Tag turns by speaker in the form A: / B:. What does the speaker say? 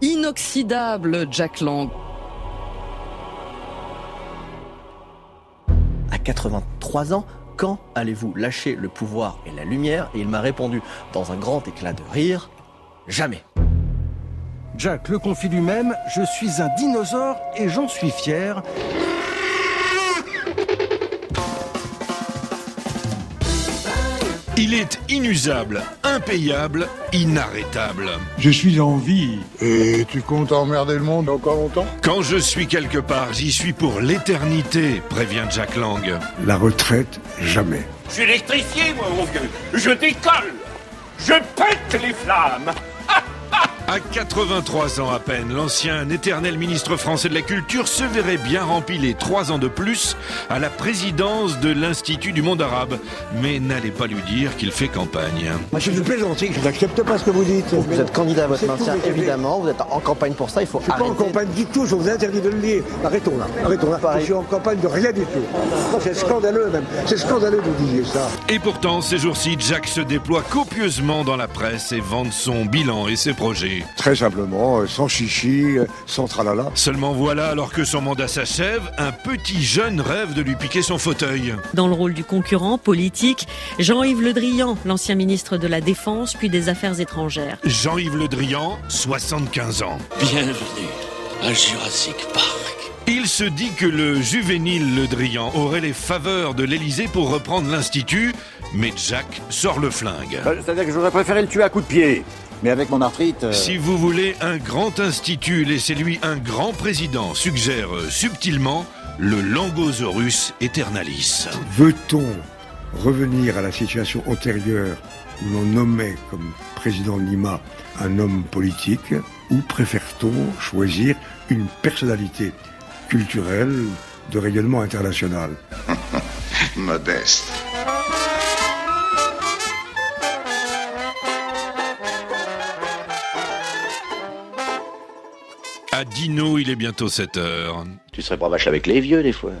A: inoxydable Jack Lang.
B: À 83 ans, quand allez-vous lâcher le pouvoir et la lumière Et il m'a répondu, dans un grand éclat de rire, jamais.
C: Jack le confie lui-même, je suis un dinosaure et j'en suis fier.
D: Il est inusable, impayable, inarrêtable.
E: Je suis en vie.
F: Et tu comptes emmerder le monde encore longtemps
D: Quand je suis quelque part, j'y suis pour l'éternité, prévient Jack Lang.
E: La retraite, jamais.
G: Je suis électrifié, moi, mon vieux. Je décolle. Je pète les flammes.
D: À 83 ans à peine, l'ancien éternel ministre français de la Culture se verrait bien rempiler trois ans de plus à la présidence de l'Institut du monde arabe. Mais n'allez pas lui dire qu'il fait campagne.
H: Monsieur, vous plaisantez, je n'accepte pas ce que vous dites.
B: Vous êtes candidat à votre
H: C'est tout,
B: maintien,
H: mais-
B: évidemment, vous êtes en campagne pour ça, il faut
H: Je suis pas en
B: arrêter.
H: campagne du tout, je vous interdis de le dire. Arrêtons là, arrêtons là. Je suis en campagne de rien du tout. Oh, C'est scandaleux même. C'est scandaleux que vous disiez ça.
D: Et pourtant, ces jours-ci, Jack se déploie copieusement dans la presse et vante son bilan et ses projets.
E: Très simplement, euh, sans chichi, euh, sans tralala.
D: Seulement voilà, alors que son mandat s'achève, un petit jeune rêve de lui piquer son fauteuil.
I: Dans le rôle du concurrent politique, Jean-Yves Le Drian, l'ancien ministre de la Défense puis des Affaires étrangères.
D: Jean-Yves Le Drian, 75 ans.
G: Bienvenue à Jurassic Park.
D: Il se dit que le juvénile Le Drian aurait les faveurs de l'Élysée pour reprendre l'Institut, mais Jack sort le flingue.
J: Euh, C'est-à-dire que j'aurais préféré le tuer à coups de pied. Mais avec mon arthrite. euh,
D: Si vous voulez un grand institut, laissez-lui un grand président, suggère euh, subtilement le Langosaurus Eternalis.
E: Veut-on revenir à la situation antérieure où l'on nommait comme président de Lima un homme politique ou préfère-t-on choisir une personnalité culturelle de rayonnement international
F: Modeste.
D: À Dino, il est bientôt 7 heures.
J: Tu serais pas vache avec les vieux, des fois.